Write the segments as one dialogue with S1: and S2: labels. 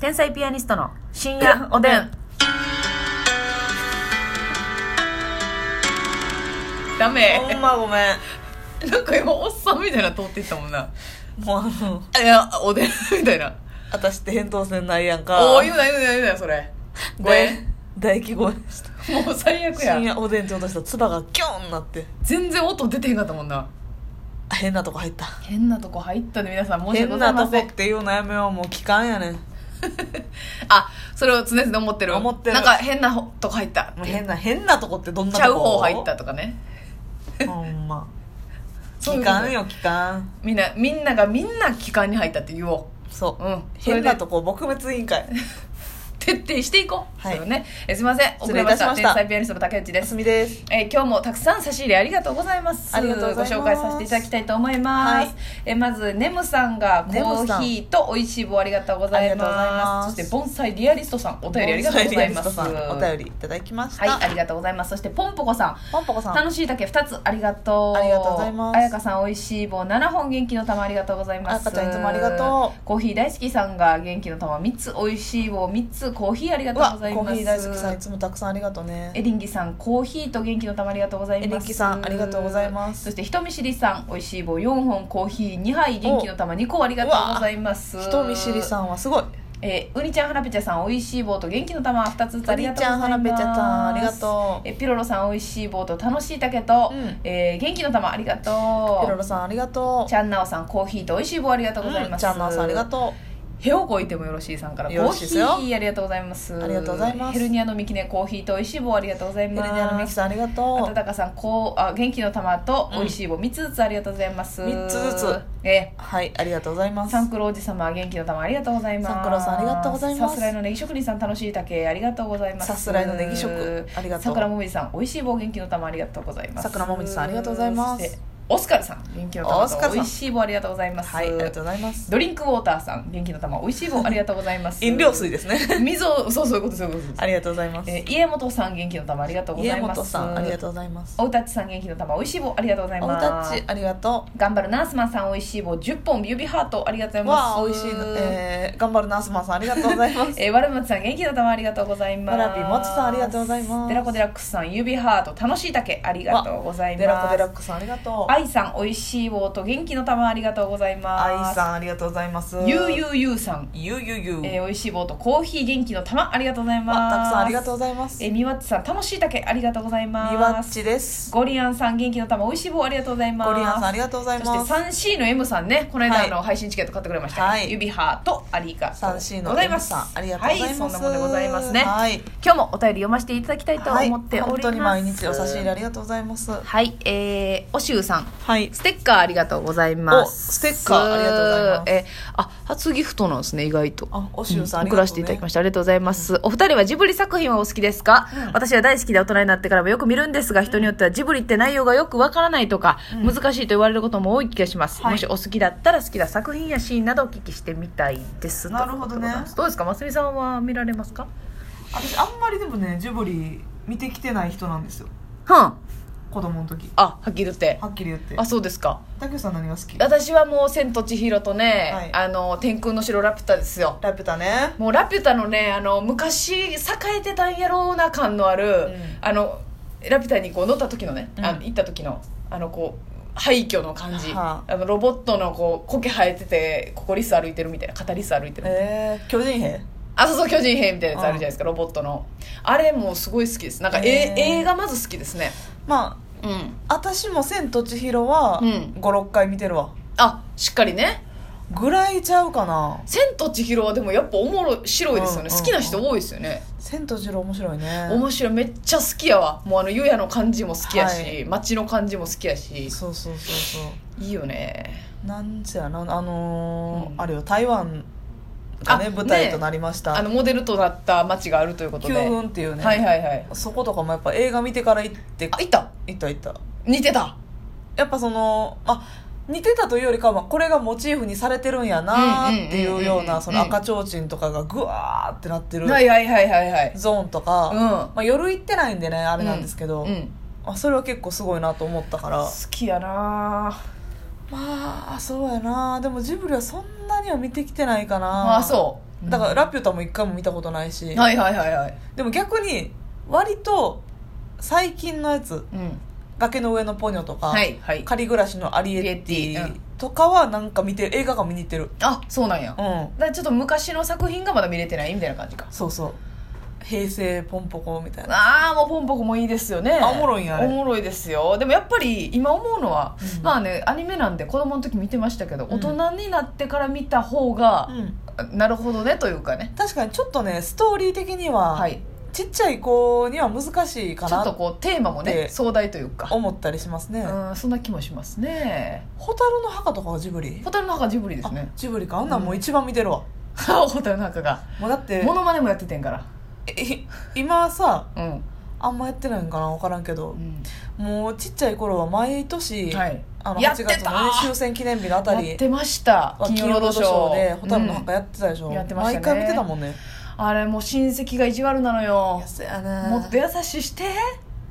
S1: 天才ピアニストの深夜おでん。
S2: ダ
S1: ほん
S2: メ。
S1: まごめ
S2: なんか今、おっさんみたいな通っていったもんな。
S1: ん。もうあの、
S2: あいや、おでんみたいな。
S1: 私って返答せんないやんか。
S2: おー、言うな言うな言うな、それ。ごめん。
S1: 唾液声した。
S2: もう最悪
S1: 深
S2: や。
S1: 夜おでんちょうどしたら唾がキョンなって。
S2: 全然音出てへんかったもんな。
S1: あ変なとこ入った。
S2: 変なとこ入ったね、皆さん。申し訳ご
S1: 変
S2: ざい
S1: な
S2: ま
S1: とこ
S2: せ
S1: っ
S2: ん。
S1: ていう悩みはもう期間やねん。も
S2: あ、それを常々思ってる。
S1: 思ってる
S2: なんか変なとこ入った。
S1: う変な、変なとこってどんな
S2: ち
S1: と
S2: ゃう
S1: こ
S2: 方入ったとかね。
S1: ほんま。
S2: そういう
S1: 期
S2: こと
S1: 間よ、期間。
S2: みんな、みんながみんな期間に入ったって言おう。
S1: そう。
S2: うん。それ
S1: 変
S2: で
S1: なとこ撲滅委員会。
S2: 徹底していこう。
S1: はい
S2: それをね。えすいません。遅
S1: 失
S2: れ
S1: 礼い
S2: ま
S1: た
S2: し
S1: しました
S2: た。天才ピアニストの竹内です
S1: す。みです。
S2: えー今日もたくさん差し入れありがとうございます
S1: ありがとうございます
S2: ご紹介させていただきたいと思います、
S1: はい
S2: えーまずネムさんがコ
S1: ネムさ
S2: ー
S1: ん
S2: ヒーと美味しい棒ありがとうございます
S1: ありがとうございます
S2: そして盆栽リアリストさんお便りありがとうございます
S1: ボンサイリアリストさんお便りいただきました。
S2: はいありがとうございますそしてポンポコさん
S1: ポンポコさん。
S2: 楽しいだけ2つありがとう
S1: ありがとうございます
S2: あやかさん美味しい棒7本元気の玉ありがとうございます
S1: あやかちゃんいつもありがと
S2: コーヒー大好きさんが元気の玉3つ美味しい棒3つコーヒーありがとうございます
S1: コーヒー大好きさんいつもたくさんありがとうね
S2: エリンギさんコーヒーと元気の玉ありがとうございます
S1: エリンギさんありがとうございます
S2: そして人見知りさんおいしい棒4本コーヒー2杯元気の玉2個ありがとうございます
S1: 人見知り
S2: ん、
S1: さんはすごい
S2: えー、うにちゃんはなぺちゃさんおいしい棒と元気の玉2つずつありがとうございます
S1: うにちゃんはなぺちゃさんありがとう
S2: えーピロロさんおいしい棒と楽しい竹と、
S1: うん
S2: えー元気の玉ありがと
S1: ピロ
S2: う
S1: ロさんありがとう
S2: ちゃんなおさんコーヒーとおいしい棒ありがとうございます、
S1: ちゃんなおさんありがと
S2: へをこいてもよろしいさんから
S1: よ
S2: コー
S1: ろしいです
S2: ヒ
S1: よ
S2: ーありがとうございます
S1: ありがとうございま
S2: ヘ
S1: す
S2: ルニアのミキネコーヒーとおいしい棒ありがとうございう
S1: エ
S2: ま
S1: リ
S2: す
S1: ニアのミキさんありが
S2: あ
S1: と
S2: たたかさんこうあ元気の玉と
S1: うん
S2: 美味しい棒3つずつありがとうございます、
S1: 三つずつ
S2: え
S1: うはいありがとうございま
S2: え
S1: す
S2: サンクロおじ様元気の玉ありがとうございます
S1: サンクロさんありがとうございます
S2: さすらいのネギ職人さん楽しい竹ありがとうございます
S1: さすらいのネギ食ありがとう
S2: さくらもみじさん美味しい棒元気の玉ありがとうございます
S1: さくらもみじさんありがとうございます
S2: そしてオスカルさん元気の
S1: オスカ
S2: 玉と
S1: ルさん
S2: 美味しい棒ありがとうございます
S1: はいありがとうございます
S2: ドリンクウォーターさん元気の玉美味しい棒ありがとうございます
S1: 飲料水ですね
S2: 水をそうそういうことそういうことです
S1: ありがとうございます
S2: えー家元さん元気の玉ありがとうござ
S1: 家
S2: います
S1: 元さんありがとうございます
S2: おうたちさん元気の玉おいしい棒ありがとうござい
S1: お
S2: ます
S1: たちありがと
S2: 頑張るナースマンさんおいしい棒10本指ハートありがとう
S1: う
S2: ございます
S1: わあ美味しいのえー頑張るナースマンさんありがとうございます
S2: えーわらびもちさん元気の玉ありがとうございます
S1: わらびもちさんありがとうございます
S2: デラコデラックスさん指ハート楽しい竹ありがとうございます
S1: デラコデラックさんありがとう
S2: あいさんおいしい棒と元気の玉ありがとうございます
S1: あいさんありがとうございます
S2: ゆうゆうゆうさん
S1: ゆうゆうゆう
S2: えー、おいしい棒とコーヒー元気の玉ありがとうございます
S1: わたくさんありがとうございます
S2: えー
S1: み
S2: みわっちさん楽しい竹ありがとうございます
S1: わっちです
S2: ゴリアンさん元気の玉おいしい棒ありがとうございます
S1: ゴリアンさんありがとうござい
S2: そして
S1: ます
S2: 3C の M さんねこの間
S1: は
S2: あ
S1: い
S2: の配信チケット買ってくれました、ね
S1: はい
S2: 指ハートありがとう
S1: 三 C の
S2: ございます
S1: さんありがとうございます、
S2: はい、そんなもんでございますね、
S1: はい、
S2: 今日もお便り読ませていただきたいと思っております、
S1: はい、本当に毎日お差し入れありがとうございますは
S2: はいえー、おしゅうさん
S1: い
S2: ステッカーありがとうございます
S1: おステッカーありがとうございます
S2: えーあ初ギフトなんですね意外と
S1: あおしゅうさん、あり
S2: 送
S1: がとう、ね、
S2: らせていただきましたありがとうございます、お二人はジブリ作品はお好きですか、私は大好きで大人になってからもよく見るんですが人によってはジブリって内容がよくわからないとか、難しいと言われることも多い気がします、
S1: はい
S2: もしお好きだったら好きな作品やシーンなどお聞きしてみたいです
S1: なるほ
S2: と
S1: どね
S2: いうことでございますどうですかますみさんは見られますか
S1: 私あんまりでもねジブリ見てきてない人なんですよ
S2: はん
S1: 子供の時
S2: あはっきり言って
S1: はっきり言って
S2: あそうですか
S1: たけしさん何が好き
S2: 私はもう「千と千尋」とね、
S1: はい
S2: あの「天空の城ラピュタ」ですよ
S1: ラピュタね
S2: もうラピュタのねあの昔栄えてたんやろうな感のある、
S1: ん
S2: あのラピュタにこう乗った時のね、あの
S1: うん
S2: 行った時のあのこう廃墟の感じ、
S1: は
S2: あ、のロボットのこう苔生えててここリス歩いてるみたいな肩リス歩いてる、
S1: えー、巨人兵
S2: あそうそう巨人兵みたいなやつあるじゃないですかロボットのあれもすごい好きですなんか、え
S1: へー
S2: 映画まず好きですね
S1: ま
S2: うん
S1: あ私も「千と千尋」は
S2: うん
S1: 56回見てるわ
S2: あしっかりね
S1: ぐらいちゃうかな
S2: 「千と千尋」はでもやっぱおもろ白いですよね、
S1: うんうんうん
S2: 好きな人多いですよね
S1: 千と千尋面白いね
S2: 面白いめっちゃ好きやわもうあのゆやの感じも好きやし、
S1: はい
S2: 街の感じも好きやし
S1: そうそうそうそう
S2: いいよね
S1: なんせやなあのー
S2: うん
S1: あれよ台湾がね
S2: あ
S1: 舞台となりました、
S2: あのモデルとなった街があるということ
S1: 九
S2: で、
S1: 分っていうね、
S2: はいはいはい
S1: そことかもやっぱ映画見てから行って
S2: あいた
S1: 行った行った
S2: 似てた
S1: やっぱそのあ似てたというよりかはこれがモチーフにされてるんやなーっていうよう
S2: うんうんうんうん
S1: なその赤ちょうちんとかがぐわーってなってる
S2: はいはいはいはいはい
S1: ゾーンとか、
S2: うん
S1: まあ、夜行ってないんでねあ
S2: あ
S1: れなんですけど、
S2: うん、
S1: あ、それは結構すごいなと思ったから
S2: 好きやな
S1: まあそうやなでもジブリはそんなには見てきてないかな
S2: ああそう
S1: だから「ラピュタ」も一回も見たことないし、
S2: はいはいはいはい
S1: でも逆に割と最近のやつ
S2: うん
S1: 「崖の上のポニョ」とか
S2: はいはい
S1: 仮暮らしのアリエッテ
S2: アリエッティう
S1: ィ」とかはなんか見て映画が見に行ってる
S2: あそうなんや、
S1: う
S2: だか
S1: ん
S2: らちょっと昔の作品がまだ見れてないみたいな感じか
S1: そうそう平成ポンポコみたいな
S2: ああもうポンポコもいいですよね
S1: あおもろいんやあれ
S2: おもろいですよでもやっぱり今思うのは、
S1: うん
S2: まあねアニメなんで子供の時見てましたけど、
S1: うん
S2: 大人になってから見た方が
S1: う、ん
S2: なるほどねというかね
S1: 確かにちょっとねストーリー的には、
S2: はい
S1: ちっちゃい子には難しいか
S2: ちょっ
S1: な
S2: と
S1: と
S2: こうテーマもね
S1: で
S2: 壮大というか
S1: 思ったりしますね
S2: うんそんな気もしますね
S1: 「蛍の墓」とかはジブ
S2: 「
S1: リ
S2: 蛍の墓」ジブリで
S1: あ
S2: すね
S1: ジブリかあんなんもう一番見てるわ、
S2: 「 蛍の墓」が
S1: もうだって
S2: モノマネもやっててんから
S1: え今さ
S2: うん、
S1: あんまやってないんかな分からんけど
S2: う、ん、
S1: もうちっちゃい頃は毎年、
S2: はい
S1: あの
S2: や
S1: 8
S2: って
S1: 月
S2: た
S1: の、ね、終戦記念日のあた
S2: やっ
S1: り
S2: てました
S1: は
S2: 金曜ロードショー
S1: で「蛍の
S2: うん
S1: 墓」やってたでしょ、
S2: うんやってましたね
S1: 毎回見てたもんね
S2: あれもう親戚が意地悪なのよ
S1: やせやな
S2: もっと優しして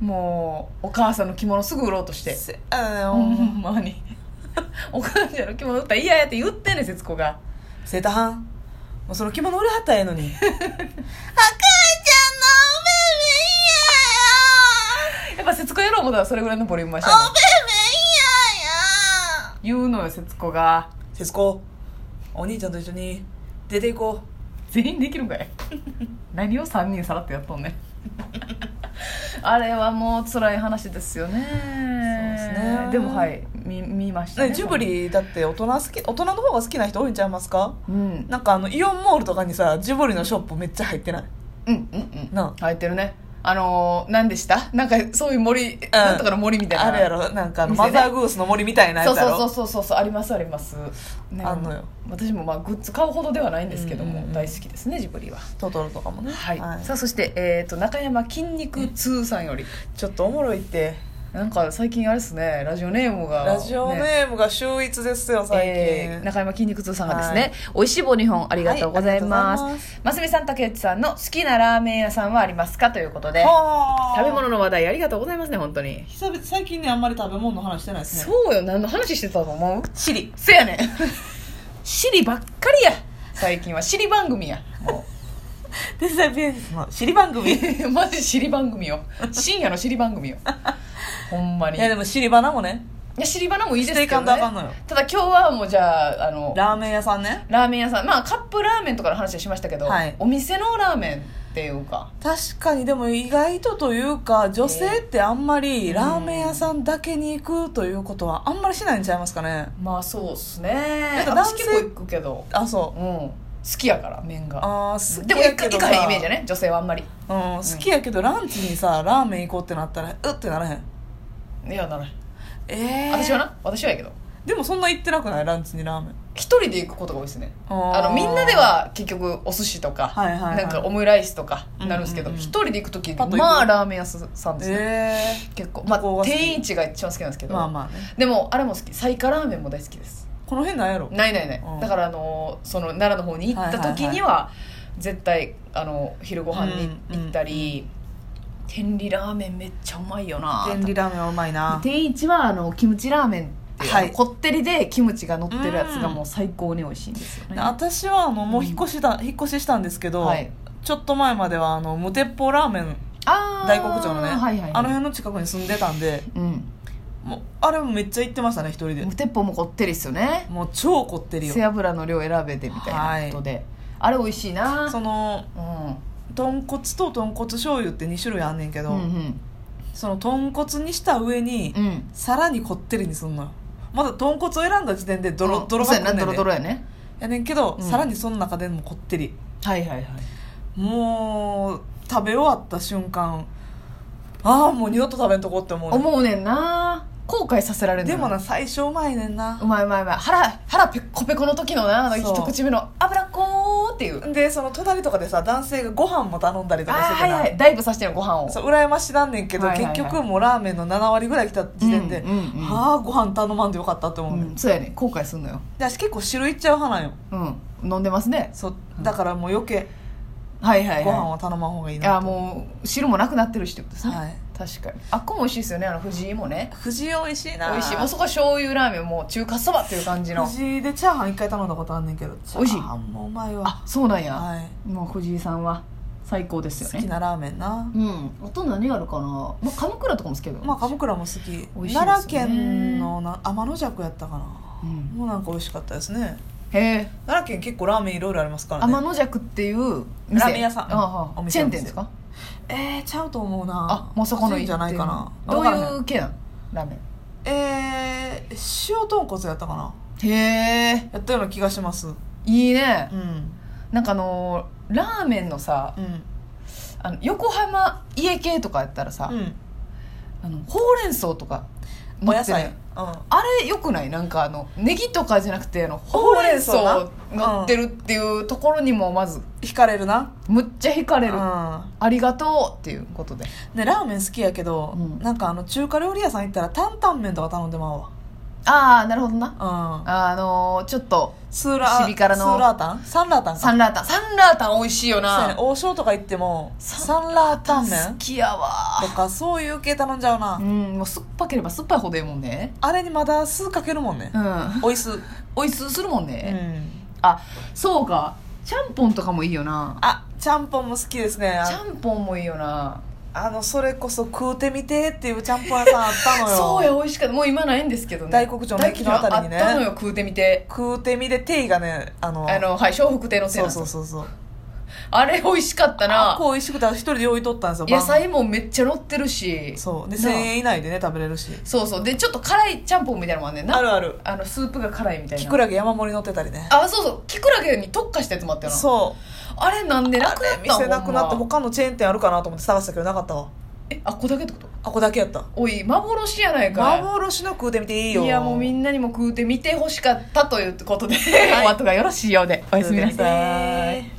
S2: もうお母さんの着物すぐ売ろうとして
S1: せ やな
S2: ほ
S1: ほんま
S2: んまにお母さんの着物売ったら嫌やって言ってんねん節子が
S1: セーターハンもうその着物売れはったらええの に赤いちゃんのおめめ
S2: やっぱ節子やろう思ったらそれぐらいのボリュームはした
S1: 嫌や
S2: の
S1: め
S2: 言うのよ節子が
S1: 嫌や節子お兄ちゃんと一緒に出て行こ
S2: 全員できるんかい何を3人さらってやっとんねんあれはもう辛い話ですよね
S1: そうですね
S2: でもはい見見まし
S1: う、
S2: た
S1: ね
S2: ね
S1: ジブリだって大人好き大人の方が好きな人多いんちゃいますか
S2: うん
S1: なんかあのイオンモールとかにさジブリのショップめっちゃ入ってない
S2: うんうんうん
S1: な
S2: 入ってるねあのー、何でしたなんかそういう森、なんとかの森みたいな
S1: あるやろなんかあの
S2: 店ね
S1: マザーグースの森みたいなや
S2: そう
S1: つやろ
S2: そうそうそうそうありますあります、ね
S1: あんのよ
S2: 私もまあグッズ買うほどではないんですけども、
S1: うんうんうん
S2: 大好きですねジブリは
S1: トトロとかもね
S2: はい、さあそして、えー、と中山筋肉通さんより
S1: ちょっとおもろいって
S2: なんか最近あれですねラジオネームが、
S1: ラジオネームが秀逸ですよ最近、
S2: えー中山筋肉通さんがですね、
S1: は
S2: 美味しい棒2本ありがとうございます,、
S1: はいありがとうございま
S2: ますみさん竹内さんの好きなラーメン屋さんはありますかということで
S1: はあ
S2: 食べ物の話題ありがとうございますね本当に
S1: 久々最近ねあんまり食べ物の話してないですね
S2: そうよ何の話してたと思う
S1: チリ
S2: せやねんシリばっかりや最近はシリ番組やも
S1: 天才ピアニストのシリ番組い う
S2: マジシリ番組よ深夜のシリ番組よほんまにい
S1: やでもシリバナもね
S2: やシリバナもいいですけ
S1: してい
S2: ど、
S1: かん
S2: ね
S1: とあかんのよ、
S2: ただ今日はもうじゃああの
S1: ラーメン屋さんね
S2: ラーメン屋さんまあカップラーメンとかの話はしましたけど、
S1: はい
S2: お店のラーメンっていうか
S1: 確かにでも意外とというか女性ってあんまりラーメン屋さんだけに行くということはあんまりしないんちゃいますかね
S2: まあそうっすね
S1: だって男
S2: 私
S1: 性
S2: 結構行くけど、
S1: あ
S2: うん、
S1: そう
S2: 好きやから麺が
S1: あー好
S2: で
S1: き
S2: も行か
S1: やけ
S2: 行
S1: ど
S2: か
S1: さ
S2: へんイメージやね女性はあんまり
S1: うん好きやけどランチにさラーメン行こうってなったらうってならへん
S2: いやならへん
S1: ええ
S2: 私はな私はやけど
S1: でもそんな行ってなくないランチにラーメン
S2: 一人で行くことが多いですね
S1: あー
S2: あのみんなでは結局お寿司とか、
S1: はいはいはい
S2: なんかオムライスとかなるんですけど
S1: うんうんうん
S2: 一、人で行く時
S1: パッと行く
S2: まあラーメン屋さんですね、
S1: え
S2: 結構まあ
S1: どこが好き
S2: 定位置が一番好きなんですけ
S1: え
S2: ど、
S1: まあまあね
S2: でもあれも好きサイカラーメンも大好きです
S1: この辺なんやろ
S2: ないないない、
S1: うん
S2: だからあのその奈良の方に行った時には,、絶対あの昼ご飯に
S1: うん
S2: 行ったり、天理ラーメンめっちゃうまいよな
S1: 天理ラーメンはうまいな
S2: 定位置はあのキムチラーメンっていう、
S1: はい
S2: あのこってりでキムチが乗ってるやつがもう最高に美味しいんですよね、
S1: 私はあのもう引っ越した、引っ越ししたんですけど、
S2: はい
S1: ちょっと前まではあの無鉄砲ラーメン
S2: あー
S1: 大黒町のね
S2: はいはい、
S1: あの辺の近くに住んでたんで
S2: うん
S1: もうあれもめっちゃ行ってましたね一人で
S2: 無鉄砲もこってりですよね
S1: もう超こってるよ
S2: 背脂の量選べてみたいなことで、あれ美味しいな
S1: その
S2: うん
S1: 豚骨と豚骨醤油って2種類あんねんけ
S2: う
S1: ど、
S2: んうん
S1: その豚骨にした上に、
S2: うん
S1: さらにこってりにすんのよまだ豚骨を選んだ時点でドロッドロ
S2: そう
S1: が
S2: やな
S1: 来んね
S2: ド
S1: ん
S2: ロ
S1: で
S2: ドロやね
S1: やねんけど、
S2: うん
S1: さらにその中でもこってり
S2: はいはいはい
S1: もう食べ終わった瞬間ああもう二度と食べんとこって思うねん
S2: 思うねんな後悔させられる
S1: でもな最初うまいねんな
S2: う、まいうまいうまい腹腹ペコペコの時のなあの
S1: そう
S2: 一口目の脂っこーっていう
S1: でその隣とかでさ男性がご飯も頼んだりと
S2: あ
S1: かして
S2: は
S1: て
S2: い
S1: な、
S2: はいダイブさせてるご飯を
S1: そう羨ましなんねんけど、
S2: はいはいはい
S1: 結局もうラーメンの7割ぐらい来た時点で、
S2: うんうんうん
S1: ああご飯頼まんでよかったって思う
S2: う
S1: ねん、
S2: ん、そうやね後悔すんのよ
S1: で私結構汁いっちゃう派なんよ
S2: うん飲んでますね
S1: そうだからもう余計
S2: はいはいはい
S1: ご飯は頼まん方がいい
S2: い
S1: な
S2: や
S1: と
S2: もう汁もなくなってるしってことですね、
S1: はい
S2: 確かにあっこも美味しいですよねあの藤井もね
S1: 藤井美味しいな
S2: 美味しいもうそこは醤油ラーメンもう中華そばっていう感じの
S1: 藤井でチャーハン一回頼んだことあんねんけど
S2: 美味しい
S1: チャーハンもうまいわ
S2: あそうなんや、
S1: はい
S2: もう藤井さんは最高ですよ
S1: 好き
S2: ね
S1: なラーメンな
S2: うんあと何があるかな、まあ、鎌倉とかも好きだけど
S1: まあ鎌倉も好き
S2: 美味しいですね
S1: 奈良県のな天の弱やったかな
S2: うん
S1: もうなんか美味しかったですね
S2: へえ
S1: 奈良県結構ラーメンいろいろありますから
S2: 天
S1: ね
S2: の弱っていう
S1: ラーメン屋さん
S2: あああ
S1: お
S2: あ
S1: 店
S2: チェーン店ですか
S1: えー、ちゃうと思うな
S2: あもうそこの
S1: いいんじゃないかな
S2: どう
S1: わから
S2: い
S1: へん
S2: う系なんラーメン
S1: えー、塩豚骨やったかな
S2: へえ
S1: やったような気がします
S2: いいね
S1: うん
S2: なんかあのーラーメンのさ
S1: うん
S2: あの横浜家系とかやったらさ、
S1: うん
S2: あのほうれん草とか
S1: お
S2: 乗
S1: 野
S2: ってな
S1: 菜
S2: い
S1: うん
S2: あれよくないなんかあのネギとかじゃなくてあのほうれん草乗ってるっていうところにもまず
S1: 惹かれるな
S2: むっちゃ惹かれる、
S1: うん
S2: ありがとうっていうことで
S1: ねラーメン好きやけど、
S2: うん
S1: なんかあの中華料理屋さん行ったら担々麺とか頼んでまうわ
S2: ああなるほどな
S1: うん
S2: あのーちょっと
S1: スーラ
S2: シビ辛の
S1: スーラータンサンラータンか
S2: サンラータンサンラータン美味しいよ
S1: そうや
S2: な
S1: ね王将とか行っても
S2: サ
S1: サンラータンメ
S2: 好
S1: ン
S2: きやわ
S1: とかそういう系頼んじゃうな、
S2: うんもう酸っぱければ酸っぱいほどええもんね
S1: あれにまだ酢かけるもんね
S2: うん
S1: おいす、うん、
S2: おいすするもんね、あそうかちゃんぽんとかもいいよな
S1: あちゃんぽんも好きですね
S2: ち
S1: あ
S2: ゃんぽんもいいよな
S1: あのそれこそ食うてみてっていうちゃんぽん屋さんあったのよ
S2: そうや美味しかったもう今ないんですけどね
S1: 大黒町の駅のあたりにね
S2: 大黒町あったのよ食うてみて
S1: 食うてみで定位がねあの
S2: あのはい笑福亭のせい
S1: そ
S2: なん
S1: う
S2: です
S1: そ
S2: よ
S1: うそうそう
S2: あれ美味しかった
S1: あっ
S2: な
S1: こ美味しくて一人で用意取ったんですよ
S2: 野
S1: 晩
S2: 菜もめっちゃ乗ってるし
S1: そうで
S2: な
S1: 1000円以内でね食べれるし
S2: そうそうでちょっと辛いちゃんぽんみたいなのもあんねんな
S1: るある
S2: あのスープが辛いみたい
S1: き
S2: な
S1: くらげ山盛り乗ってたりね
S2: あそうそうキクラゲに特化したやつもあったよな
S1: そ
S2: あれなんで
S1: う
S2: なくなったん
S1: 店なくなって
S2: ほんま
S1: 他のチェーン店あるかなと思って探したけどなかったわ
S2: えあっこだけってこと
S1: あこだけやった
S2: おい幻やないかい
S1: 幻の食うてみていいよ
S2: いやもうみんなにも食うてみてほしかったということで、
S1: い
S2: お後がよろしいようでおやすみなさい
S1: い